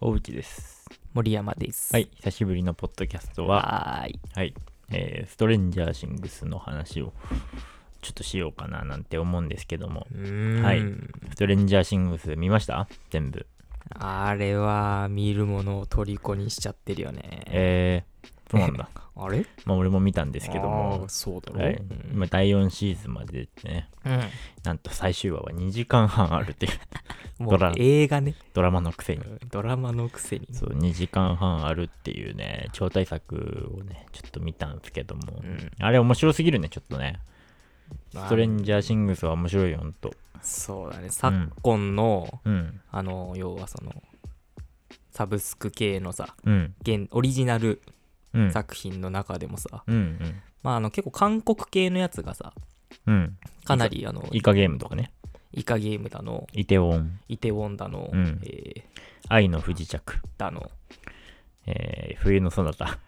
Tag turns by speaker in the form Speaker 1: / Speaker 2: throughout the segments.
Speaker 1: 大内です。
Speaker 2: 森山です。
Speaker 1: はい、久しぶりのポッドキャストは、
Speaker 2: はーい。
Speaker 1: はい、えーストレンジャーシングスの話をちょっとしようかななんて思うんですけども、
Speaker 2: うーん
Speaker 1: はいストレンジャーシングス見ました全部。
Speaker 2: あれは見るものを虜にしちゃってるよね。
Speaker 1: えー、そうなん だ。
Speaker 2: あれで
Speaker 1: まあ、俺も見たんですけども、
Speaker 2: そうだろ、
Speaker 1: はい、今第4シーズンまででね、
Speaker 2: うん
Speaker 1: なんと最終話は2時間半あるっていう
Speaker 2: も
Speaker 1: ド
Speaker 2: う
Speaker 1: ラ
Speaker 2: 映画ね、
Speaker 1: ドラマのくせに。
Speaker 2: ドラマのくせに。
Speaker 1: そう2時間半あるっていうね超大作をねちょっと見たんですけども、
Speaker 2: うん
Speaker 1: あれ面白すぎるねちょっとね
Speaker 2: まあ
Speaker 1: ストレンジャーシングスは面白いよほんと
Speaker 2: そうだね、昨今の、
Speaker 1: うん
Speaker 2: あの、要はその、サブスク系のさ、
Speaker 1: うん
Speaker 2: 現オリジナル
Speaker 1: うん
Speaker 2: 作品の中でもさ、
Speaker 1: うんうん
Speaker 2: まあ、あの結構韓国系のやつがさ、
Speaker 1: うん
Speaker 2: かなりあの
Speaker 1: イカゲームとかね
Speaker 2: イカゲームだの、
Speaker 1: イテウォン
Speaker 2: イテウォンだの、
Speaker 1: うん
Speaker 2: え
Speaker 1: 愛の不時着、
Speaker 2: ーだの、
Speaker 1: えー、冬のそなた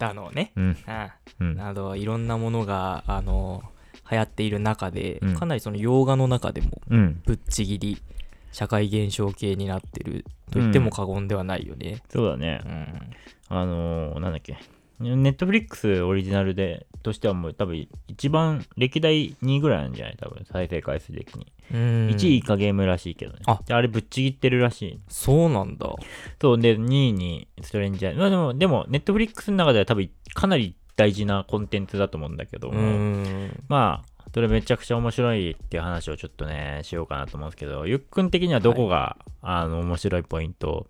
Speaker 2: だのね、
Speaker 1: うん
Speaker 2: あ
Speaker 1: うん
Speaker 2: などいろんなものがあの流行っている中で、
Speaker 1: うん
Speaker 2: かなりその洋画の中でも
Speaker 1: うん
Speaker 2: ぶっちぎり社会現象系になってると言っても過言ではないよね。
Speaker 1: そうだね
Speaker 2: うん
Speaker 1: あのー、なんだっけネットフリックスオリジナルでとしてはもう多分一番歴代2位ぐらいなんじゃない多分再生回数的に
Speaker 2: うん
Speaker 1: 1位イカゲームらしいけどね。
Speaker 2: あ
Speaker 1: であれぶっちぎってるらしい。
Speaker 2: そうなんだ。
Speaker 1: そう、で、2位にストレンジャー。まあでも、でも、ネットフリックスの中では多分かなり大事なコンテンツだと思うんだけど
Speaker 2: う
Speaker 1: も、
Speaker 2: ん
Speaker 1: まあ、それめちゃくちゃ面白いっていう話をちょっとね、しようかなと思うんですけど、ゆっくん的にはどこが、あの、面白いポイント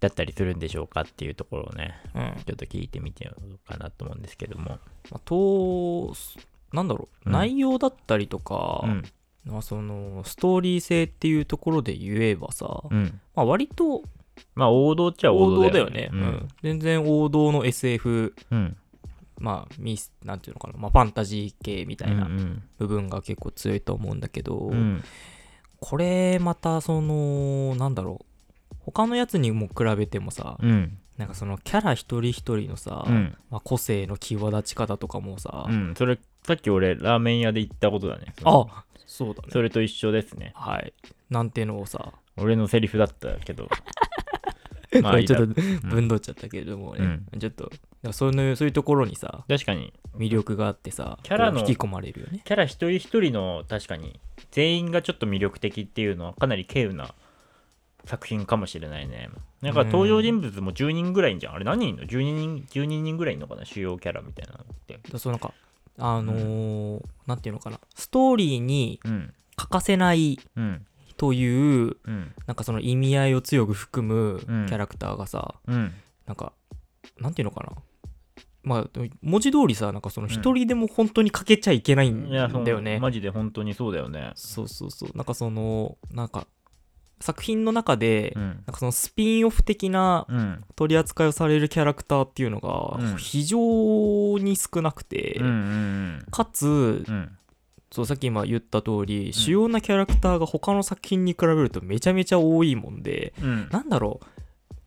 Speaker 1: だったりするんでしょうかっていうところをね、
Speaker 2: うんま
Speaker 1: ちょっと聞いてみてようかなと思うんですけども。
Speaker 2: あとなんだろ
Speaker 1: う
Speaker 2: う、
Speaker 1: ん
Speaker 2: 内容だったりとか、
Speaker 1: うん。
Speaker 2: まあ、そのストーリー性っていうところで言えばさ、
Speaker 1: うん。
Speaker 2: まあ、割と
Speaker 1: まあ、王道っちゃ
Speaker 2: 王
Speaker 1: 王
Speaker 2: 道
Speaker 1: 道
Speaker 2: だ
Speaker 1: だよ
Speaker 2: よ
Speaker 1: ね
Speaker 2: ね。うん全然王道の SF
Speaker 1: うん。うん。
Speaker 2: まあミスなんていうのかな、まあ、ファンタジー系みたいな
Speaker 1: うん
Speaker 2: 部分が結構強いと思うんだけど、
Speaker 1: うん。うん。
Speaker 2: これまたそのなんだろう他のやつにも比べてもさ、
Speaker 1: うん。
Speaker 2: なんかそのキャラ一人一人のさ、
Speaker 1: うん。
Speaker 2: まあ、個性の際立ち方とかもさ、
Speaker 1: うん、それ、さっき俺、ラーメン屋で行ったことだね。
Speaker 2: あそうだね
Speaker 1: それと一緒ですね。
Speaker 2: はいなんていうのをさ、
Speaker 1: 俺のセリフだったけど。 ま
Speaker 2: こ
Speaker 1: あ、
Speaker 2: れ
Speaker 1: ち
Speaker 2: ち
Speaker 1: ょっ
Speaker 2: ょっ
Speaker 1: と。
Speaker 2: とぶんどっちゃったけれどもね、ちょっとだからそういうそういうところにさ
Speaker 1: 確かに、
Speaker 2: 魅力があってさ
Speaker 1: キャラの
Speaker 2: こう引き込まれるよね
Speaker 1: キャラ一人一人の、確かに、全員がちょっと魅力的っていうのは、かなり軽有な作品かもしれないね。なんか、登場人物も10人ぐらいいんじゃん。あれ、何人いんの ?12 人、12人ぐらいいんのかな主要キャラみたいなのって。
Speaker 2: だからそうなんかあのーなんていうのかなストーリーに
Speaker 1: うん、
Speaker 2: 欠かせない
Speaker 1: うん、
Speaker 2: という
Speaker 1: うん、
Speaker 2: なんかその意味合いを強く含む
Speaker 1: うん
Speaker 2: キャラクターがさ、
Speaker 1: うん、
Speaker 2: なんかなんていうのかなまあでも文字通りさなんかその一人でも本当に欠けちゃいけないん
Speaker 1: い
Speaker 2: だ
Speaker 1: や、そう
Speaker 2: よね、
Speaker 1: マジで本当にそうだよね。
Speaker 2: そうそうそうなんかそのなんか作品の中で、
Speaker 1: うん、
Speaker 2: なんかそのスピンオフ的な
Speaker 1: うん、
Speaker 2: 取り扱いをされるキャラクターっていうのが
Speaker 1: うん
Speaker 2: 非常に少なくて、
Speaker 1: うん、うん、
Speaker 2: かつ
Speaker 1: うん、
Speaker 2: そうさっき今言った通り、主要なキャラクターが他の作品に比べるとめちゃめちゃ多いもんで
Speaker 1: うん、
Speaker 2: なんだろう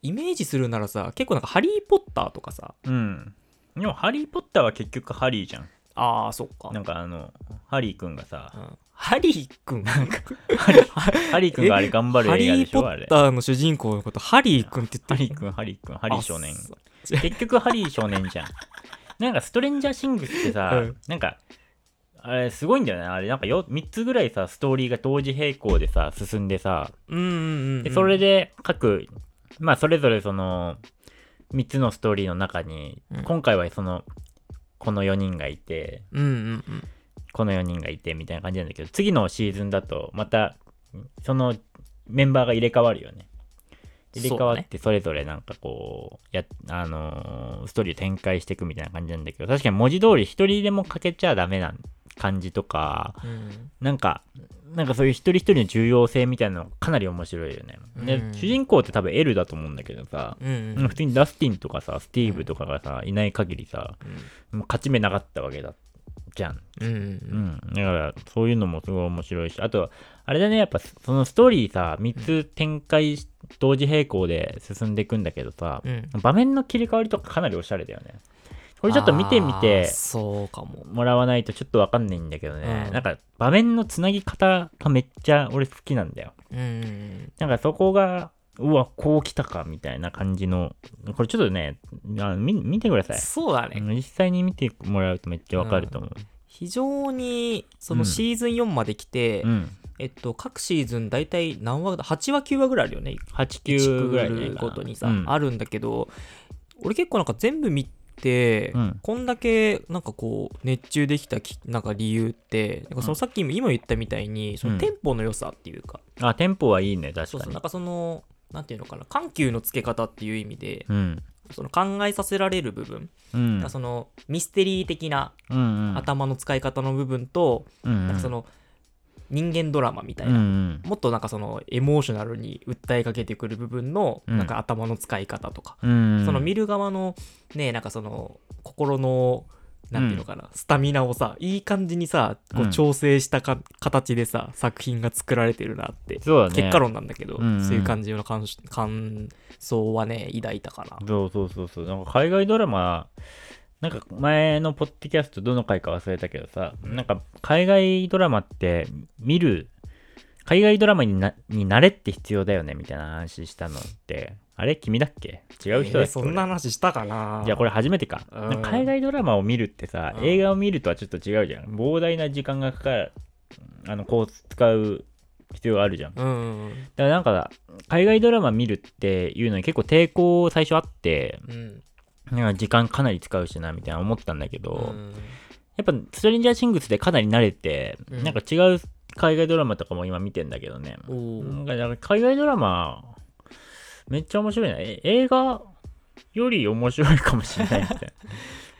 Speaker 2: イメージするならさ結構なんか「ハリー・ポッター」とかさ
Speaker 1: うん。でも、ハリー・ポッターは結局ハリーじゃん。
Speaker 2: あーそっか
Speaker 1: なんかあの、ハリーくんが
Speaker 2: う
Speaker 1: さ、
Speaker 2: んハリーくんなんか
Speaker 1: ハリーくんがあれ頑張る
Speaker 2: ハ
Speaker 1: 映画
Speaker 2: リ
Speaker 1: で
Speaker 2: ー・
Speaker 1: し
Speaker 2: ポ
Speaker 1: ょあれ
Speaker 2: ッ。ターの主人公のことハリーくんって言っ
Speaker 1: ハ
Speaker 2: てる
Speaker 1: リーくん、ハリーくん、ハリー少年
Speaker 2: あ。そう
Speaker 1: 結局ハリー少年じ ゃん。なんかストレンジャーシングスってさ、
Speaker 2: うん
Speaker 1: なんか、あれすごいんだよね。あれなんかよ3つぐらいさ、ストーリーが同時並行でさ、進んでさ、
Speaker 2: うんうんうん
Speaker 1: でそれで各、まあそれぞれその3つのストーリーの中に、
Speaker 2: うん
Speaker 1: 今回はその、この4人がいて、
Speaker 2: うんうんうん
Speaker 1: この4人がいてみたいな感じなんだけど次のシーズンだとまたそのメンバーが入れ替わるよね入れ替わってそれぞれなんかこうや、あのーストーリーを展開していくみたいな感じなんだけど確かに文字通り一人でも欠けちゃダメな感じとか
Speaker 2: うん
Speaker 1: なんかなんかそういう一人一人の重要性みたいなのがかなり面白いよね、で
Speaker 2: うん
Speaker 1: 主人公って多分 L だと思うんだけどさ、
Speaker 2: うん
Speaker 1: 普通にダスティンとかさスティーブとかがさ、いない限りさもう勝ち目なかったわけだじゃん
Speaker 2: うんう
Speaker 1: うんん、だからそういうのもすごい面白いしあとあれだねやっぱそのストーリーさ3つ展開し、同時並行で進んでいくんだけどさ、
Speaker 2: うん
Speaker 1: 場面の切り替わりとかかなりおしゃれだよねこれちょっと見てみ
Speaker 2: あー
Speaker 1: て
Speaker 2: そうかも
Speaker 1: もらわないとちょっとわかんないんだけどね、
Speaker 2: うん
Speaker 1: なんか場面のつなぎ方がめっちゃ俺好きなんだよ
Speaker 2: うんうん
Speaker 1: なんかそこがうわ、こう来たかみたいな感じの、これちょっとね、あ見見てください。
Speaker 2: そうだね、
Speaker 1: うん実際に見てもらうとめっちゃわかると思う。
Speaker 2: 非常にそうの
Speaker 1: ん
Speaker 2: シーズン4まで来て、
Speaker 1: うん。
Speaker 2: えっと、各シーズン大体何話だ8話9話ぐらいあるよね
Speaker 1: 8、
Speaker 2: 地
Speaker 1: 9
Speaker 2: 区
Speaker 1: ぐらいじゃないかな
Speaker 2: ごとにさ、
Speaker 1: うん
Speaker 2: あるんだけど俺結構なんか全部見て、
Speaker 1: うん
Speaker 2: こんだけなんかこう熱中できたきなんか理由ってなんかそのさっき今言ったみたいにそのテンポの良さっていうか、
Speaker 1: あ、テンポはいいね、
Speaker 2: そ
Speaker 1: 確か
Speaker 2: うそう
Speaker 1: に
Speaker 2: なん。かそのなんていうのかな緩急のつけ方っていう意味で
Speaker 1: うん。
Speaker 2: その考えさせられる部分、
Speaker 1: うん。
Speaker 2: なんかそのミステリー的な
Speaker 1: うんうん、
Speaker 2: 頭の使い方の部分と、
Speaker 1: うん
Speaker 2: なんかその人間ドラマみたい
Speaker 1: う
Speaker 2: な、
Speaker 1: ん
Speaker 2: もっとなんかそのエモーショナルに訴えかけてくる部分の
Speaker 1: うん
Speaker 2: なんか頭の使い方とか、
Speaker 1: うんうん、
Speaker 2: その見る側のねなんかその心のなんていうのかな、スタミナをさいい感じにさこ
Speaker 1: う
Speaker 2: うん調整したか、形でさ作品が作られてるなって、
Speaker 1: そうだね
Speaker 2: 結果論なんだけど、
Speaker 1: うんうん
Speaker 2: そういう感じの感し感想はね抱いたかな。
Speaker 1: そうそうそうそうなんか海外ドラマなんか前のポッドキャストどの回か忘れたけどさ、なんか海外ドラマって見る海外ドラマになに慣れって必要だよねみたいな話したのってあれ君だっけ違う人だっけ、
Speaker 2: えーそんな話したかな
Speaker 1: じゃあこれ初めてか
Speaker 2: う
Speaker 1: な
Speaker 2: ん
Speaker 1: んか海外ドラマを見るってさ
Speaker 2: うん
Speaker 1: 映画を見るとはちょっと違うじゃん膨大な時間がかかるあのこう使う必要があるじゃん
Speaker 2: うんうん
Speaker 1: だからなんか海外ドラマ見るっていうのに結構抵抗最初あって
Speaker 2: うんうん
Speaker 1: なんか時間かなり使うしなみたいな思ったんだけど、
Speaker 2: うん
Speaker 1: やっぱストレンジャーシングスでかなり慣れて、
Speaker 2: うん
Speaker 1: なんか違う海外ドラマとかも今見てんだけどね
Speaker 2: おー
Speaker 1: なんかなんか海外ドラマめっちゃ面白いなえ映画より面白いかもしれないみたい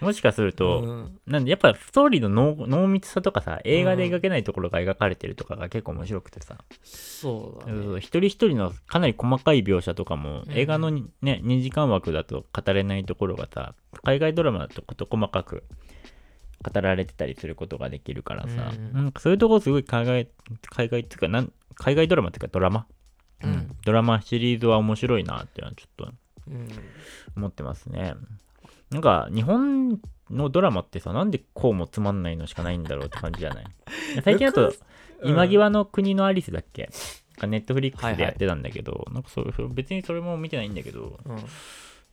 Speaker 1: なもしかすると、
Speaker 2: うん
Speaker 1: なんでやっぱストーリーの濃濃密さとかさ映画で描けないところが描かれてるとかが結構面白くてさ、
Speaker 2: そうだ
Speaker 1: そう
Speaker 2: ね
Speaker 1: そう一人一人のかなり細かい描写とかも、
Speaker 2: うん
Speaker 1: 映画のにね2時間枠だと語れないところがさ海外ドラマだとこと細かく語られてたりすることができるからさ、
Speaker 2: うん
Speaker 1: なんかそういうとこすごい海外海外っていうかなん海外ドラマっていうかドラマ、
Speaker 2: うん
Speaker 1: ドラマシリーズは面白いなっていうのはちょっと
Speaker 2: うん
Speaker 1: 思ってますねなんか日本のドラマってさなんでこうもつまんないのしかないんだろうって感じじ ゃない最近だと
Speaker 2: うん
Speaker 1: 今際の国のアリスだっけ、ネットフリックスでやってたんだけど、なんかそうそう別にそれも見てないんだけど
Speaker 2: うん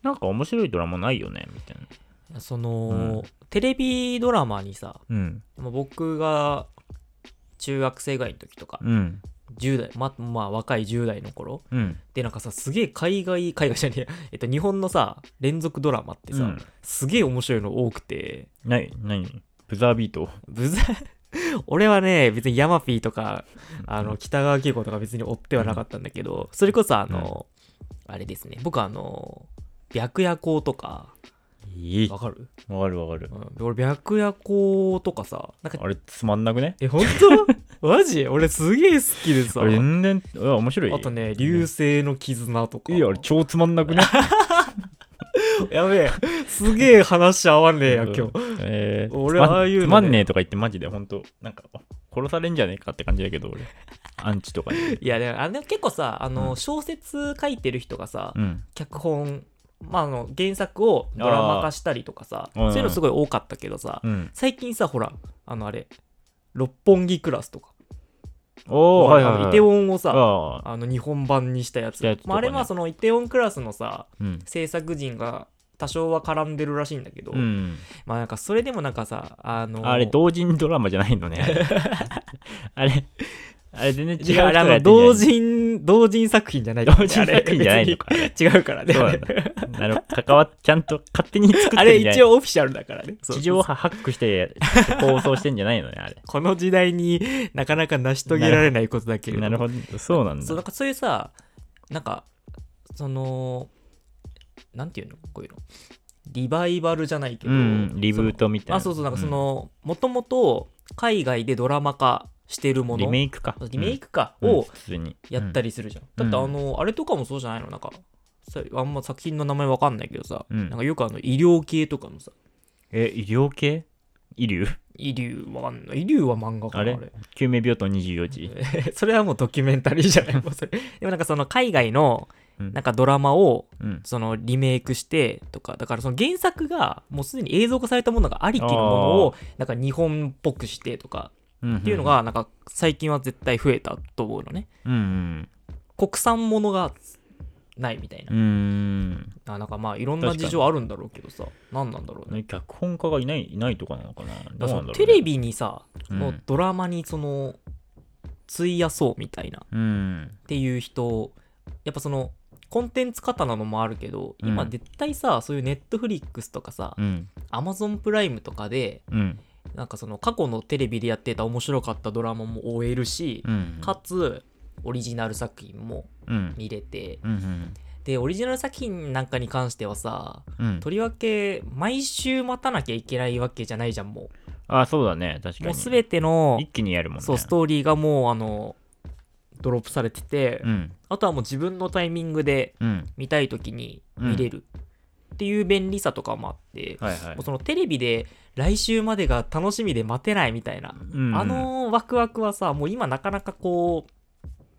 Speaker 1: なんか面白いドラマないよねみたいな
Speaker 2: その、テレビドラマにさ
Speaker 1: うん
Speaker 2: まあ僕が中学生ぐらいの時とか、
Speaker 1: うん
Speaker 2: 10代ままあ若い10代の頃
Speaker 1: うん
Speaker 2: でなんかさすげえ海外海外じゃねえや、 えっと、日本のさ連続ドラマってさ、
Speaker 1: うん
Speaker 2: すげえ面白いの多くて
Speaker 1: ない何ブザービート
Speaker 2: ブザ 俺はね別にヤマピーとかあの北川景子とか別に追ってはなかったんだけどそれこそあの、あれですね僕あの白夜行とか
Speaker 1: いい
Speaker 2: わ
Speaker 1: わ
Speaker 2: かる、
Speaker 1: かるわかる
Speaker 2: うん、俺白夜行とかさなんか
Speaker 1: あれつまんなくね
Speaker 2: え、本 当マジ俺すげえ好きでさ
Speaker 1: あ。れ全然うわ面白い
Speaker 2: あとね、流星の絆とか。
Speaker 1: いやあれ超つまんな くね
Speaker 2: やべえ。すげえ話合わねえや、今日。
Speaker 1: えー
Speaker 2: 俺ああいうのね
Speaker 1: つまんつまんねえとか言ってマジで本当なんかあ殺されんじゃねえかって感じだけど俺アンチとかに
Speaker 2: いや、でもあれ結構さ、あ
Speaker 1: うん
Speaker 2: の、小説書いてる人がさ、
Speaker 1: うん
Speaker 2: 脚本、まあ、あの、原作をドラマ化したりとかさ、
Speaker 1: あー
Speaker 2: そういうのすごい多かったけどさ、
Speaker 1: うん
Speaker 2: 最近さ、ほら、あの、あれ、六本木クラスとか、
Speaker 1: おおはいはい
Speaker 2: あ
Speaker 1: は
Speaker 2: の
Speaker 1: い
Speaker 2: イテウォンをさ、
Speaker 1: ああ
Speaker 2: あの、日本版にしたやつ。
Speaker 1: やつとかね
Speaker 2: まあ、あれはその、イテウォンクラスのさ、
Speaker 1: うん
Speaker 2: 制作陣が多少は絡んでるらしいんだけど、
Speaker 1: うん
Speaker 2: まあなんかそれでもなんかさあの
Speaker 1: あれ同人ドラマじゃないのね。 あれ、あれ全然違う
Speaker 2: 違う
Speaker 1: 人がや
Speaker 2: あ
Speaker 1: ってん
Speaker 2: の
Speaker 1: じゃない
Speaker 2: 同人同人作品じゃない
Speaker 1: 同人作品じゃないのか。
Speaker 2: あれ別に違うからね
Speaker 1: そうなんだ。あの、関わっ、ちゃんと勝手に作って
Speaker 2: あ
Speaker 1: るん
Speaker 2: れ
Speaker 1: じゃない
Speaker 2: 一応オフィシャルだからねそう
Speaker 1: 地上波ハックして放送してんじゃないのね、あれ。
Speaker 2: この時代になかなか成し遂げられないことだけれど
Speaker 1: なるほど。そうなん
Speaker 2: そう
Speaker 1: だ
Speaker 2: なん。かそういうさなんかそのなんていうのこういうのリバイバルじゃないけ
Speaker 1: う
Speaker 2: ど、
Speaker 1: ん、リブートみたいな。
Speaker 2: あそうそうなんかそのもともと海外でドラマ化してる
Speaker 1: う
Speaker 2: も
Speaker 1: ん、
Speaker 2: の
Speaker 1: リメイクか。
Speaker 2: リメイクか、
Speaker 1: うんうん
Speaker 2: を
Speaker 1: 普通に。
Speaker 2: やったりするじゃん、だってあの、あれとかもそうじゃないのなんかさあんま作品の名前わかんないけどさ、
Speaker 1: うん
Speaker 2: なんかよくあの医療系とかのさ
Speaker 1: え、医療系医療
Speaker 2: 医療わかんない医療は漫画かな
Speaker 1: あれ救命病棟24時。
Speaker 2: れそれはもうドキュメンタリーじゃないもうそれ でもなんかその海外の
Speaker 1: うん
Speaker 2: なんかドラマを
Speaker 1: うん。
Speaker 2: そのリメイクしてとかだからその原作がもうすでに映像化されたものがありきのものをなんか日本っぽくしてとか
Speaker 1: うん
Speaker 2: っていうの、がなんか最近は絶対増えたと思うのね
Speaker 1: うんうん。
Speaker 2: 国産ものがないみたいな
Speaker 1: うーん
Speaker 2: あなんかまあいろんな事情あるんだろうけどさ何なんだろうね
Speaker 1: ね脚本家がいないいないとかなのかな
Speaker 2: だか
Speaker 1: どうなん
Speaker 2: らその
Speaker 1: だろうね
Speaker 2: テレビにさ、
Speaker 1: うん
Speaker 2: のドラマにその費やそうみたいなっ
Speaker 1: うん
Speaker 2: ていう人やっぱそのコンテンツ型なのもあるけど
Speaker 1: うん
Speaker 2: 今絶対さそういうネットフリックスとかさ
Speaker 1: うん
Speaker 2: アマゾンプライムとかで
Speaker 1: うん
Speaker 2: なんかその過去のテレビでやってた面白かったドラマも終えるし
Speaker 1: う、ん
Speaker 2: かつオリジナル作品も
Speaker 1: うん
Speaker 2: 見れて
Speaker 1: うんうん
Speaker 2: でオリジナル作品なんかに関してはさ
Speaker 1: うん
Speaker 2: とりわけ毎週待たなきゃいけないわけじゃないじゃんも
Speaker 1: あそうだね確か
Speaker 2: う
Speaker 1: に
Speaker 2: もう全ての
Speaker 1: 一気にやるもんね
Speaker 2: そうストーリーがもうあのドロップされてて、
Speaker 1: うん
Speaker 2: あとはもう自分のタイミングで
Speaker 1: うん
Speaker 2: 見たい時に見れるっていう便利さとかもあって、
Speaker 1: はいはい
Speaker 2: もうそのテレビで来週までが楽しみで待てないみたいな、
Speaker 1: うん
Speaker 2: あのワクワクはさもう今なかなかこう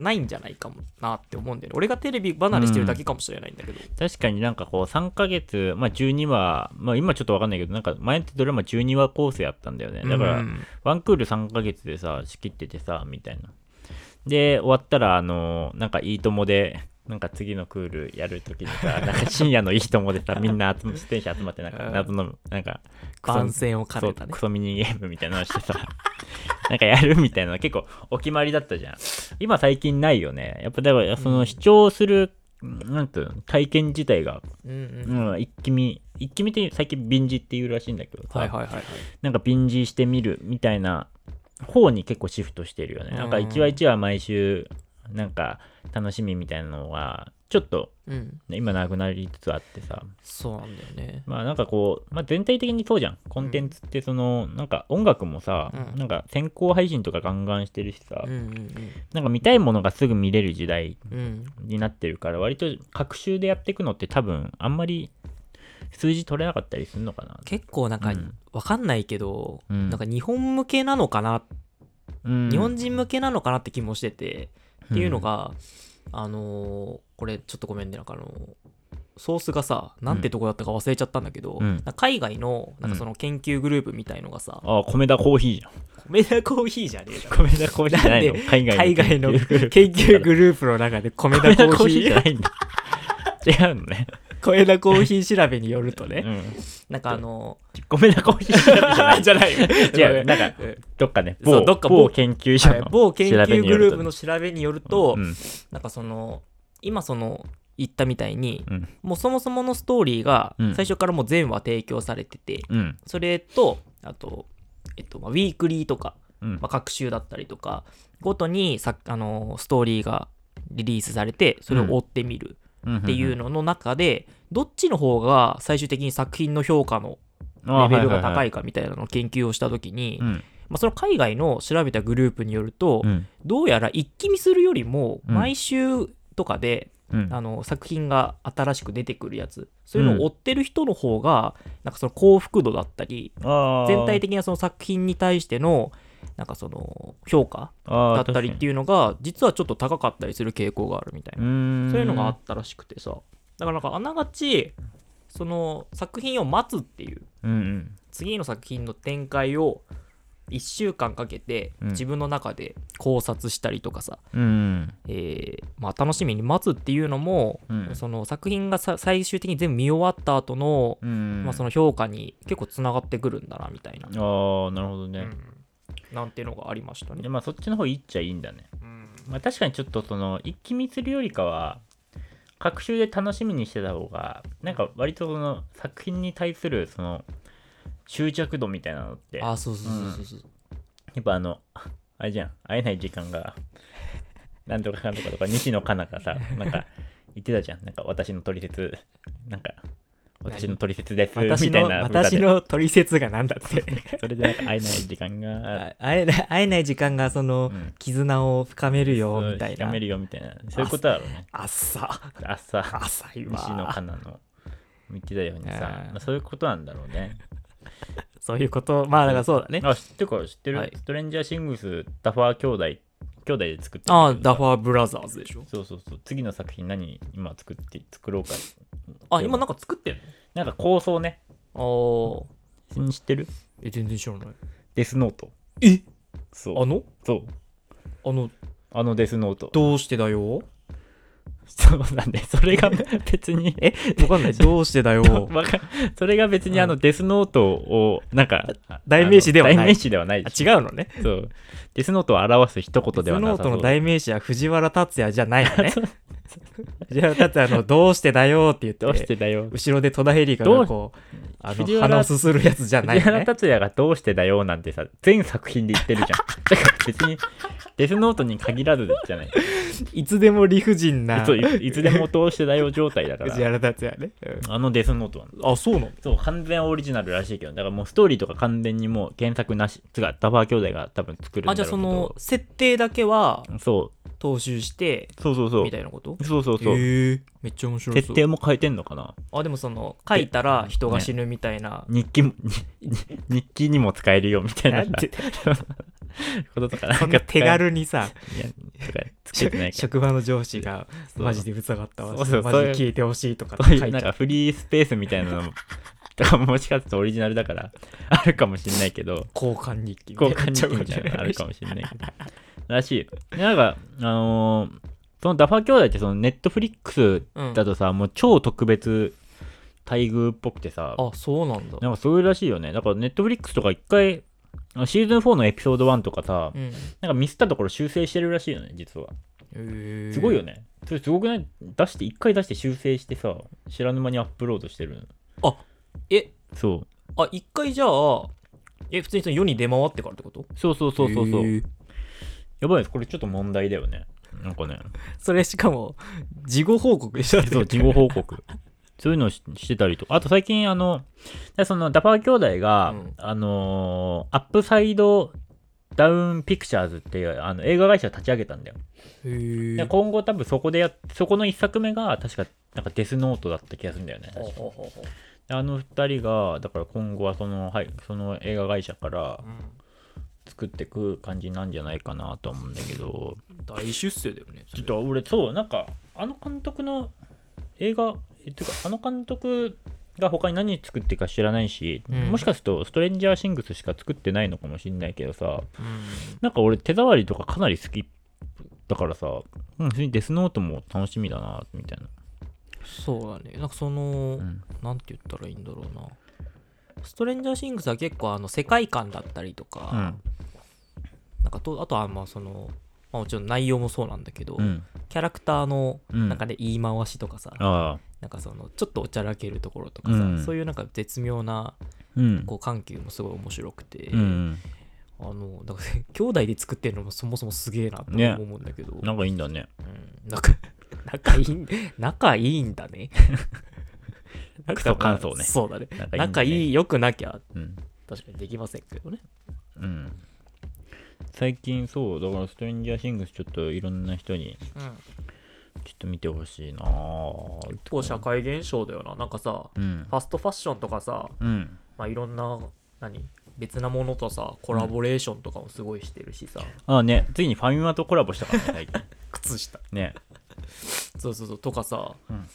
Speaker 2: ないんじゃないかもなって思うんだよね俺がテレビ離れしてるだけかもしれないんだけど、
Speaker 1: 確かになんかこう3ヶ月、まあ、12話、まあ、今ちょっとわかんないけどなんか前ってドラマ12話構成やったんだよねだから、
Speaker 2: うん
Speaker 1: ワンクール3ヶ月でさ仕切っててさみたいなで終わったらあのーなんかいいともでなんか次のクールやるときにさ なんか深夜のいいともでさみんな集ま出演者集まってなんか
Speaker 2: うん
Speaker 1: 謎のなんかクソ
Speaker 2: 番宣を兼
Speaker 1: そ
Speaker 2: ね
Speaker 1: う
Speaker 2: たね
Speaker 1: クソミニゲームみたいなのしてさ なんかやるみたいなの結構お決まりだったじゃん今最近ないよねやっぱだからその視聴する、なんていうの体験自体が、
Speaker 2: うんうん
Speaker 1: うん、一気見一気見って最近ビンジっていうらしいんだけどさ、
Speaker 2: はいはいはいはい
Speaker 1: なんかビンジしてみるみたいな方に結構シフトしてるよね。なんか1話1話毎週なんか楽しみみたいなのはちょっと
Speaker 2: うん
Speaker 1: 今なくなりつつあってさ
Speaker 2: そうなんだよね
Speaker 1: まあなんかこう、まあ、全体的にそうじゃんコンテンツってその、なんか音楽もさ、
Speaker 2: うん
Speaker 1: なんか先行配信とかガンガンしてるしさ、
Speaker 2: うん
Speaker 1: なんか見たいものがすぐ見れる時代
Speaker 2: うんうんうん
Speaker 1: になってるから割と隔週でやっていくのって多分あんまり数字取れなかったりするのかな
Speaker 2: 結構なんか、
Speaker 1: うん
Speaker 2: わかんないけど、
Speaker 1: うん
Speaker 2: なんか日本向けなのかな、
Speaker 1: うん
Speaker 2: 日本人向けなのかなって気もしてて、
Speaker 1: うん
Speaker 2: っていうのがあのーこれちょっとごめんねなんかあのーソースがさなんてとこだったか忘れちゃったんだけど、
Speaker 1: うん
Speaker 2: なんか海外のなんかその研究グループみたいのがさ、
Speaker 1: あ米田コーヒーじゃん
Speaker 2: 米田コーヒーじゃねえだろ
Speaker 1: 米田コーヒーじゃないの
Speaker 2: なん
Speaker 1: 海外
Speaker 2: 海外の
Speaker 1: 研
Speaker 2: 研
Speaker 1: 究
Speaker 2: 究グループの中で米
Speaker 1: 米
Speaker 2: 田
Speaker 1: 田
Speaker 2: コ
Speaker 1: コ
Speaker 2: ー
Speaker 1: ーヒ
Speaker 2: ヒ
Speaker 1: ーじ
Speaker 2: ー
Speaker 1: ゃないんだ違うのね、
Speaker 2: 米田コーヒー調べによると
Speaker 1: う
Speaker 2: ね
Speaker 1: ん、
Speaker 2: なんかあの
Speaker 1: 米田コーヒー調べじゃない
Speaker 2: じゃないよ
Speaker 1: 違うなんか
Speaker 2: うん
Speaker 1: どっかね
Speaker 2: そう
Speaker 1: 某
Speaker 2: どっか某
Speaker 1: 某研究所
Speaker 2: はい
Speaker 1: の
Speaker 2: 某研究グループ
Speaker 1: の
Speaker 2: の調べによると、
Speaker 1: うん
Speaker 2: なんかその今その言ったみたいに、
Speaker 1: うん
Speaker 2: もうそもそものストーリーが
Speaker 1: うん
Speaker 2: 最初からもう全話提供されてて、
Speaker 1: うん
Speaker 2: それとあと、えっとまあ、ウィークリーとか、
Speaker 1: うん
Speaker 2: まあ、各週だったりとかごとにさあのストーリーがリリースされてそれを追ってみる
Speaker 1: っ
Speaker 2: っていうのの中で、どっちの方が最終的に作品の評価の
Speaker 1: の
Speaker 2: レベルが高
Speaker 1: い
Speaker 2: いかみたいなのを研究をした時に、
Speaker 1: うん
Speaker 2: まあ、その海外の調べたグループによると、
Speaker 1: うん
Speaker 2: どうやら一気見するよりも
Speaker 1: うん
Speaker 2: 毎週とかで、
Speaker 1: うん
Speaker 2: あの作品が新しく出てくるやつそういうのを追ってる人の方が、なんかその幸福度だったり
Speaker 1: あー
Speaker 2: 全体的なその作品に対してのなんかその評価
Speaker 1: あー
Speaker 2: だったりっていうのが実はちょっと高かったりする傾向があるみたい
Speaker 1: 確か
Speaker 2: な、
Speaker 1: にうん
Speaker 2: そういうのがあったらしくてさだからなんかあながちその作品を待つっていう
Speaker 1: うんうん
Speaker 2: 次の作品の展開を1週間かけて
Speaker 1: うん
Speaker 2: 自分の中で考察したりとかさ、
Speaker 1: うん
Speaker 2: えーまあ、楽しみに待つっていうのも、
Speaker 1: うん
Speaker 2: その作品がさ最終的に全部見終わった後の、
Speaker 1: うん
Speaker 2: まあ、その評価に結構つながってくるんだなみたいな、
Speaker 1: ああなるほど
Speaker 2: う
Speaker 1: ね
Speaker 2: んなんていうのがありました
Speaker 1: で
Speaker 2: ね。
Speaker 1: まあそっちの方いいっちゃいいんだね
Speaker 2: うん
Speaker 1: まあ、確かにちょっとその一気見するよりかは各週で楽しみにしてた方がなんか割とその作品に対するその執着度みたいなのってや
Speaker 2: あそうそうそうそうそう、
Speaker 1: っぱあのああれじゃん会えない時間が なんとかかんとかとか西野カナが さなんか言ってたじゃんなんか私の取説なんか私の取説です
Speaker 2: 私
Speaker 1: みたい
Speaker 2: の
Speaker 1: な歌で
Speaker 2: 私の取説が何だって
Speaker 1: それでなんか会えない時間が
Speaker 2: あ会えない会えない時間がその、
Speaker 1: うん
Speaker 2: 絆を深めるよみたい
Speaker 1: や
Speaker 2: な
Speaker 1: めるよみたいなそういうことだろうね
Speaker 2: 朝
Speaker 1: 朝
Speaker 2: 朝今
Speaker 1: 西野カナの言ってたようにさ
Speaker 2: え、ー
Speaker 1: まあ、そういうことなんだろう ね。
Speaker 2: そういうことまあだからそうだね
Speaker 1: あ、知ってるか知ってる、
Speaker 2: はい
Speaker 1: ストレンジャーシングス、ダファー兄弟、兄弟で作って
Speaker 2: ああダフ
Speaker 1: ァー。
Speaker 2: ァーブラザーズでしょ
Speaker 1: そうそうそう。次の作品何今作って、作ろうか。
Speaker 2: あ今なんか作ってん
Speaker 1: なんか構想ね。
Speaker 2: のああ
Speaker 1: 知ってる
Speaker 2: え全然知らない
Speaker 1: デスノート。
Speaker 2: え
Speaker 1: そう。
Speaker 2: あの
Speaker 1: そう。
Speaker 2: あの
Speaker 1: あのデスノート。
Speaker 2: どうしてだよ
Speaker 1: そうなんで、それ が別に、え
Speaker 2: わかんない。どうしてだ よ。
Speaker 1: わかそれが別にあのデスノートを、なんか、
Speaker 2: 代名詞ではない
Speaker 1: あの代名詞ではない
Speaker 2: あ
Speaker 1: し
Speaker 2: 違うのね。
Speaker 1: そう。デスノートを表す一言では
Speaker 2: ス
Speaker 1: な
Speaker 2: ノ
Speaker 1: さそ
Speaker 2: ート
Speaker 1: う
Speaker 2: の代名詞は藤原達也じゃないの ね。藤原達也のどうしてだよって言って、
Speaker 1: どうしてだよ。
Speaker 2: 後ろで戸田恵梨香がこう、あ
Speaker 1: 藤
Speaker 2: の
Speaker 1: 原
Speaker 2: 鼻をすするやつじゃない
Speaker 1: 藤
Speaker 2: の
Speaker 1: 原
Speaker 2: ね。
Speaker 1: 竜也がどうしてだよなんてさ、全作品で言ってるじ ゃん。だから別に、デスノートに限らずじゃない。
Speaker 2: いつでも理不尽 な
Speaker 1: そう
Speaker 2: 藤
Speaker 1: いいつでもどうしてだよ状態だから。
Speaker 2: 原達也ね。うん
Speaker 1: あのデスノートは。
Speaker 2: あ、そうなの
Speaker 1: そう、完全オリジナルらしいけど、だからもうストーリーとか完全にもう原作なし、つうか、ダバー兄弟が多分作るんだろ
Speaker 2: あ、
Speaker 1: うけ
Speaker 2: じゃ
Speaker 1: ど
Speaker 2: あその、設定だけは
Speaker 1: そ
Speaker 2: 踏襲して、
Speaker 1: う、そうそうそう
Speaker 2: みた。いなこと
Speaker 1: そうそう
Speaker 2: へ
Speaker 1: そう。
Speaker 2: ーめっちゃ面白そ
Speaker 1: 設
Speaker 2: う。
Speaker 1: 定も変えてんのかな
Speaker 2: あ、でもその、書いたら人が死ぬみたいな。
Speaker 1: 日記も、日記にも使えるよみた いな
Speaker 2: な
Speaker 1: さ
Speaker 2: んて、
Speaker 1: こととかなんか
Speaker 2: そんな手軽にさ、
Speaker 1: 使え。いや、とかつけてないけど。
Speaker 2: 職場の上司が
Speaker 1: そう
Speaker 2: マジでうざかったわ
Speaker 1: そうそう
Speaker 2: マジ
Speaker 1: そういう
Speaker 2: 聞いてほしいとか
Speaker 1: そう
Speaker 2: 書
Speaker 1: い
Speaker 2: いう
Speaker 1: なん
Speaker 2: ちゃ
Speaker 1: か
Speaker 2: う
Speaker 1: フリースペースみたいなのも、とかもしかするとオリジナルだから、 あるかもしんないけど、
Speaker 2: 交換日記
Speaker 1: 交換日記みたいなのあるかもしんないけど。らしいよ。でなんか、あのーそのダファ兄弟ってそのネットフリックス
Speaker 2: うん
Speaker 1: だとさ、もう超特別待遇っぽくてさ、
Speaker 2: あそうなんだ
Speaker 1: なんかそういうらしいよね。だからネットフリックスとか一回、あのシーズン4のエピソード1とかさ、
Speaker 2: うん
Speaker 1: なんかミスったところ修正してるらしいよね、実は。
Speaker 2: へー
Speaker 1: すごいよね。それすごくない出して、一回出して修正してさ、知らぬ間にアップロードしてるの。
Speaker 2: え
Speaker 1: そう。
Speaker 2: あ一回じゃあえ普通にその世に出回ってからってこと
Speaker 1: そうそうそうそうそう
Speaker 2: へ。ー
Speaker 1: やばいです。これちょっと問題だよね。なんかね。
Speaker 2: それしかも事後報告でしょ
Speaker 1: そう、事後報告。そういうのをししてたりとか。あと最近、あの、そのダパー兄弟が、
Speaker 2: うん
Speaker 1: あのーアップサイドダウンピクチャーズっていうあの映画会社立ち上げたんだよ。
Speaker 2: へー
Speaker 1: で今後多分そこでやっそこの一作目が確かなんかデスノートだった気がするんだよね
Speaker 2: ほうほうほうほう
Speaker 1: であの二人がだから今後はその,、はい、その映画会社から作っていく感じなんじゃないかなと思うんだけど
Speaker 2: 大出世だよね
Speaker 1: ちょ
Speaker 2: それ
Speaker 1: っと俺そうなんかあの監督の映画えてかあの監督が他に何作ってるか知らないし、
Speaker 2: うん
Speaker 1: もしかするとストレンジャーシングスしか作ってないのかもしれないけどさ
Speaker 2: うん
Speaker 1: なんか俺手触りとかかなり好きだからさ、うん、普通にデスノートも楽しみだなみたいな
Speaker 2: そうだねなんかその
Speaker 1: うん
Speaker 2: なんて言ったらいいんだろうなストレンジャーシングスは結構あの世界観だったりとか、
Speaker 1: うん
Speaker 2: なんかとあとはまあその、まあ、もちろん内容もそうなんだけど、
Speaker 1: うん
Speaker 2: キャラクターの
Speaker 1: うん
Speaker 2: なんかね、言い回しとかさ
Speaker 1: ああ
Speaker 2: なんかそのちょっとおちゃらけるところとかさ、
Speaker 1: うん
Speaker 2: そういうなんか絶妙な
Speaker 1: うん
Speaker 2: こう緩急もすごい面白くて、
Speaker 1: うん
Speaker 2: あのだから兄弟で作ってるのもそもそもすげえなと
Speaker 1: ね
Speaker 2: 思うんだけど、
Speaker 1: なんかいいんだね
Speaker 2: うん、なんか 仲いいん仲いいんだ ね
Speaker 1: クソ感想ね
Speaker 2: そうだね
Speaker 1: 仲いいんだね
Speaker 2: 仲いい良くなきゃ
Speaker 1: うん
Speaker 2: 確かにできませんけどね
Speaker 1: うん最近そうだからストレンジャーシングスちょっといろんな人に
Speaker 2: うん
Speaker 1: ちょっと見てほしいなあ
Speaker 2: こう社会現象だよななんかさ
Speaker 1: うん
Speaker 2: ファストファッションとかさ、
Speaker 1: うん
Speaker 2: まあ、いろんな何別なものとさコラボレーションとかもすごいしてるしさ、
Speaker 1: ああねついにファミマとコラボしたからね最近
Speaker 2: 靴下
Speaker 1: ね
Speaker 2: そうそうそうとかさ、
Speaker 1: うん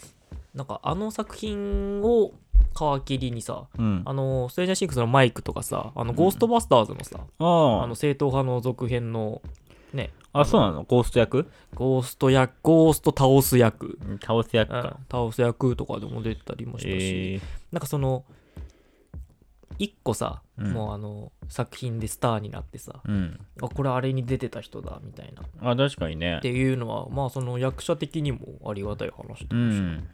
Speaker 2: なんかあの作品を皮切りにさ
Speaker 1: うん
Speaker 2: あのストレンジャーシンクスのマイクとかさあのゴーストバスターズのさ、あ
Speaker 1: あ
Speaker 2: の正統派の続編のね
Speaker 1: ああそうなのゴースト役
Speaker 2: ゴースト役ゴースト倒す役、
Speaker 1: うん倒す役
Speaker 2: うん
Speaker 1: か
Speaker 2: 倒す役とかでも出てたりもしたし、
Speaker 1: えー
Speaker 2: なんかその一個さ、
Speaker 1: うん
Speaker 2: もうあの作品でスターになってさ、
Speaker 1: うん
Speaker 2: あこれあれに出てた人だみたいなっ
Speaker 1: あ確かにね
Speaker 2: ていうのはまあその役者的にもありがたい話
Speaker 1: う
Speaker 2: だし、
Speaker 1: ん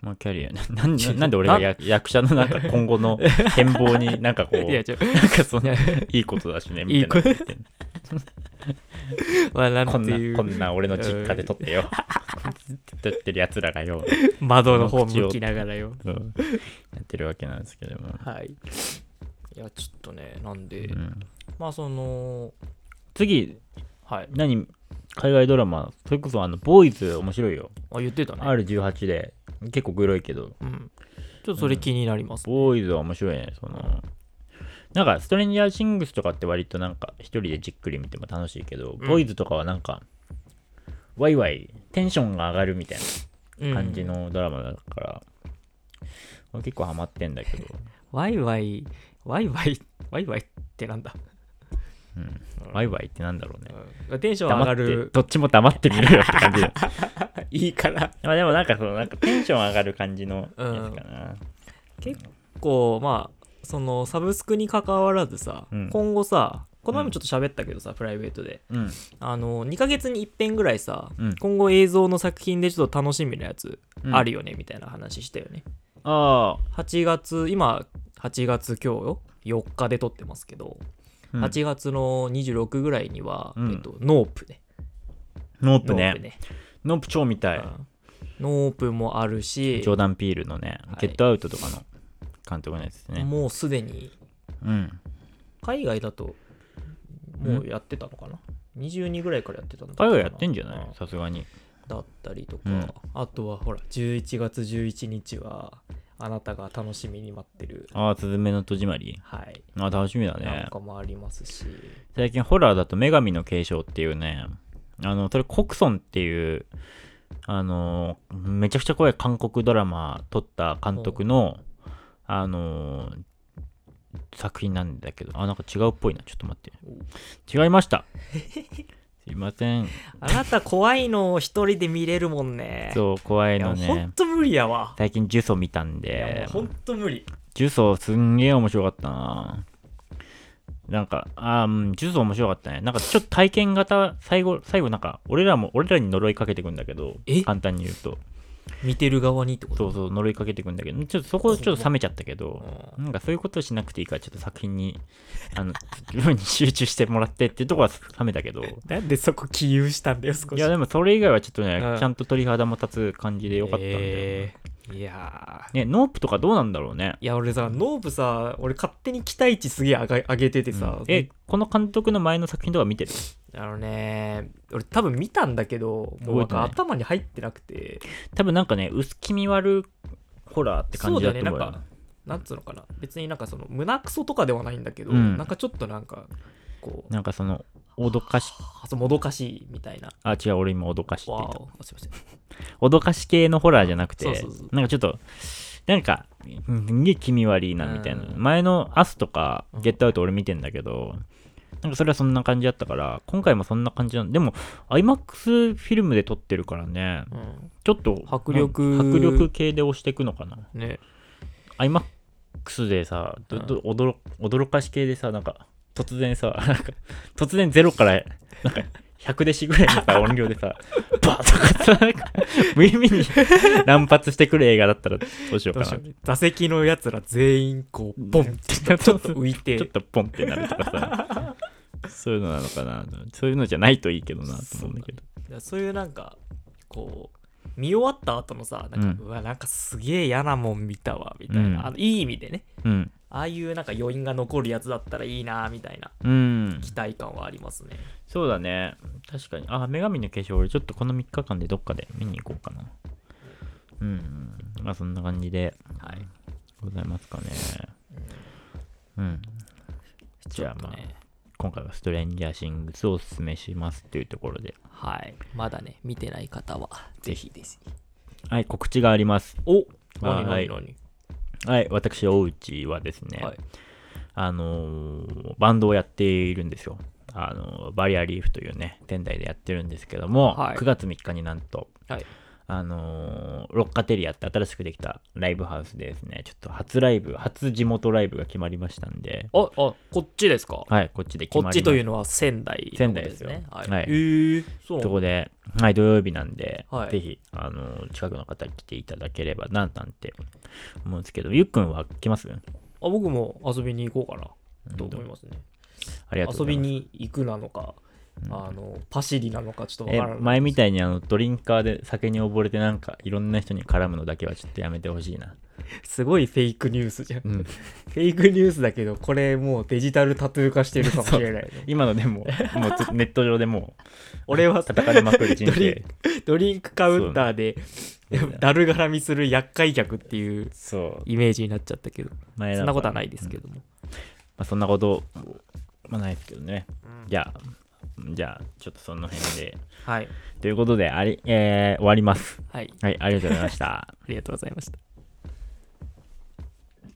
Speaker 1: まあキャリアな なんななんで俺が役役者のなんか今後 の展望になんかこう
Speaker 2: いや違う
Speaker 1: なんかそんないいことだしねみたいなこと言ってんの
Speaker 2: まあ、な
Speaker 1: こ
Speaker 2: ん
Speaker 1: ん
Speaker 2: て
Speaker 1: な
Speaker 2: いう
Speaker 1: こんな俺の実家で撮ってよ撮ってるやつらがよ、
Speaker 2: 窓の方向きながら よ
Speaker 1: うんやってるわけなんですけども、
Speaker 2: はいいやちょっとねなんで、
Speaker 1: うん
Speaker 2: まあその
Speaker 1: 次
Speaker 2: はい
Speaker 1: 何海外ドラマそれこそあのボーイズ面白いよ、
Speaker 2: あ言ってたね
Speaker 1: R18 で結構グロいけど
Speaker 2: うんちょっとそれ気になります、
Speaker 1: ボーイズは面白いねそのなんかストレンジャーシングスとかって割となんか一人でじっくり見ても楽しいけど、
Speaker 2: うん
Speaker 1: ボーイズとかはなんかワイワイテンションが上がるみたいな
Speaker 2: うん
Speaker 1: 感じのドラマだから、俺結構ハマってんだけど
Speaker 2: ワイワイワイワイワイワイってなんだ
Speaker 1: うん、ワイワイってなんだろうね。
Speaker 2: うんテンション上
Speaker 1: 黙
Speaker 2: が
Speaker 1: って
Speaker 2: る、
Speaker 1: どっちも黙ってみるよって感 じで。
Speaker 2: いいから
Speaker 1: まあでもなんかその、なんかテンション上がる感じのやつかな。
Speaker 2: 結構まあそのサブスクに関わらずさ、
Speaker 1: うん
Speaker 2: 今後さこの前もちょっと喋ったけどさ、プライベートで
Speaker 1: うん。
Speaker 2: あの2ヶ月に一遍ぐらいさ、
Speaker 1: うん
Speaker 2: 今後映像の作品でちょっと楽しみなやつ
Speaker 1: うん
Speaker 2: あるよね、みたいな話したよね
Speaker 1: あ
Speaker 2: 8月今8月今日よ4日で撮ってますけど、
Speaker 1: あ。
Speaker 2: 8月の26ぐらいには、
Speaker 1: うん
Speaker 2: えっと、ノープね
Speaker 1: ノープ
Speaker 2: ノープ
Speaker 1: ね。
Speaker 2: ね、
Speaker 1: ノープ超みたい。
Speaker 2: うんノープもあるし
Speaker 1: ジョーダン・ピールのね、
Speaker 2: はい
Speaker 1: ゲットアウトとかの監督のやつですね。
Speaker 2: もうすでに
Speaker 1: うん。
Speaker 2: 海外だともうやってたのかな、22ぐらいからやってたのか
Speaker 1: 海
Speaker 2: な
Speaker 1: 外やってんじゃない
Speaker 2: うん
Speaker 1: さすがに。
Speaker 2: だったりとか、
Speaker 1: うん
Speaker 2: あとはほら11月11日はあなたが楽しみに待ってる
Speaker 1: ああ、スズメの戸締まり。
Speaker 2: はい、
Speaker 1: ああ、楽しみだ
Speaker 2: な
Speaker 1: ね
Speaker 2: ん。かもありますし
Speaker 1: 最近ホラーだと女神の継承っていうね、あの、それコクソンっていう、あの、めちゃくちゃ怖い韓国ドラマ撮った監督の、あの、作品なんだけど、あ、なんか違うっぽいな。ちょっと待って。違いま した。すいません。
Speaker 2: あなた怖いのを一人で見れるもんね
Speaker 1: そう、怖いの
Speaker 2: いやほん
Speaker 1: ね。
Speaker 2: と無理やわ、
Speaker 1: 最近、ジュソ見たん
Speaker 2: いやも
Speaker 1: で
Speaker 2: う、ほんと無理
Speaker 1: ジュソすんげえ面白かったな。なんか、あーうん、ジュソ面白かったね。なんかちょっと体験型、最後、最後なんか、俺らも、俺らに呪いかけてくんだけど
Speaker 2: え、
Speaker 1: 簡単に言うと。
Speaker 2: 見てる側にってこと
Speaker 1: そうそう、呪いかけてくんだけど、ちょっとそこちょっと冷めちゃったけど、なんかそういうことをしなくていいから、ちょっと作品に、あの、自分に集中してもらってっていうところは冷めたけど、い
Speaker 2: なんでそこ起用したんだよ少し
Speaker 1: や、でもそれ以外はちょっとね、
Speaker 2: うん
Speaker 1: ちゃんと鳥肌も立つ感じでよかったんで、
Speaker 2: えーいやー
Speaker 1: ね、ノープとかどうなんだろうね。
Speaker 2: いや俺さノーブさ俺勝手に期待値すげえ上が上げててさ、
Speaker 1: うんえ、この監督の前の作品とか見てる
Speaker 2: あのね俺多分見たんだけどもうな
Speaker 1: 覚え
Speaker 2: んか
Speaker 1: て
Speaker 2: 頭に入ってなくて
Speaker 1: 多分なんかね薄気味悪ホラーって感じだと思う
Speaker 2: そ
Speaker 1: よ
Speaker 2: うだねなんかなんつうのかな別になんかその胸クソとかではないんだけど、
Speaker 1: うん
Speaker 2: なんかちょっとなんかこう
Speaker 1: なんかその脅かし
Speaker 2: あそうもどかしいみたいな
Speaker 1: あ違う俺今脅かしって言
Speaker 2: わ
Speaker 1: っ
Speaker 2: おあすいません
Speaker 1: た脅かし系のホラーじゃなくて
Speaker 2: そうそうそう
Speaker 1: なんかちょっとなんかうんすんげえ気味悪いなみたいな、
Speaker 2: うん
Speaker 1: 前の「アスとか
Speaker 2: う
Speaker 1: 「
Speaker 2: ん
Speaker 1: ゲットアウト」俺見てんだけど、なんかそれはそんな感じだったから今回もそんな感じなんでも IMAX フィルムで撮ってるからね
Speaker 2: うん
Speaker 1: ちょっと
Speaker 2: 迫力
Speaker 1: 迫力系で押していくのかな
Speaker 2: ね
Speaker 1: iMAX でさどど驚驚かし系でさなんか突然さ なんか突然ゼロからなんか100デシぐらいの さ音量でさバーッとかさなんか無意味に乱発してくる映画だったらどうしよう
Speaker 2: どう
Speaker 1: か
Speaker 2: し
Speaker 1: な
Speaker 2: よう座席のやつら全員こうポンって
Speaker 1: ちょっと
Speaker 2: 浮いて
Speaker 1: ちょっとポンってなるとかさそういうのなのかなそういうのじゃないといいけどなと思うんだけど
Speaker 2: だからそういうなんかこう見終わった後のさなんか、
Speaker 1: う
Speaker 2: うわなんかすげえ嫌なもん見たわみたいな、
Speaker 1: うん
Speaker 2: あのいい意味でね
Speaker 1: うん
Speaker 2: ああいうなんか余韻が残るやつだったらいいなみたいな
Speaker 1: うん
Speaker 2: 期待感はありますね
Speaker 1: そうだね確かにあ女神の化粧俺ちょっとこの3日間でどっかで見に行こうかなうんうんまあそんな感じで
Speaker 2: はい
Speaker 1: ございますかね。うん。じゃあまあ、
Speaker 2: ね
Speaker 1: 今回はストレンジャーシングスをおすすめしますっていうところで。
Speaker 2: はいまだね見てない方はぜひです
Speaker 1: はい、告知があります。
Speaker 2: お
Speaker 1: は
Speaker 2: 何
Speaker 1: い
Speaker 2: 何何
Speaker 1: はい、私、大内はですね、
Speaker 2: はい
Speaker 1: あのーバンドをやっているんですよ。あのーバリアリーフというね、仙台でやってるんですけども、
Speaker 2: はい
Speaker 1: 9月3日になんと、
Speaker 2: はい
Speaker 1: あのーロッカテリアって新しくできたライブハウスでですね、ちょっと初ライブ、初地元ライブが決まりましたんで、
Speaker 2: ああこっちですか
Speaker 1: はい、こっちで決
Speaker 2: こ
Speaker 1: まりま
Speaker 2: っ
Speaker 1: した
Speaker 2: ちというのは仙台の
Speaker 1: 仙台ですよ
Speaker 2: ことねはい、
Speaker 1: はい
Speaker 2: えー、そう
Speaker 1: そこで、はい、土曜日なんで、
Speaker 2: はい
Speaker 1: ぜひ、あの、近くの方来ていただければな、なんて思うんですけど、ゆっくんは来ます
Speaker 2: あ僕も遊びに行こうかなと思いますね
Speaker 1: ありがとう
Speaker 2: 遊
Speaker 1: ござい
Speaker 2: び
Speaker 1: ます。
Speaker 2: に行くなのか、あのパシリなのかちょっとわ
Speaker 1: え
Speaker 2: からない
Speaker 1: 前みたいにあのドリンカーで酒に溺れてなんかいろんな人に絡むのだけはちょっとやめてほしいな。
Speaker 2: すごいフェイクニュースじゃん、
Speaker 1: うん
Speaker 2: フェイクニュースだけどこれもうデジタルタトゥー化してるかもしれない ね
Speaker 1: 今のでも、もうずっとネット上でも
Speaker 2: 俺は
Speaker 1: う叩かれまくる人生。
Speaker 2: ドリンクカウンターで
Speaker 1: そうね
Speaker 2: だるがらみする厄介客っていう
Speaker 1: そう。
Speaker 2: イメージになっちゃったけど
Speaker 1: 前。
Speaker 2: そんなことはないいですけども、
Speaker 1: まあ、そんなこと、まあ、ないですけどね。じゃあ、じゃあ、ちょっとその辺で。
Speaker 2: はい
Speaker 1: ということで、あり、えー終わります。
Speaker 2: はい
Speaker 1: はい、ありがとうございました。
Speaker 2: ありがとうございました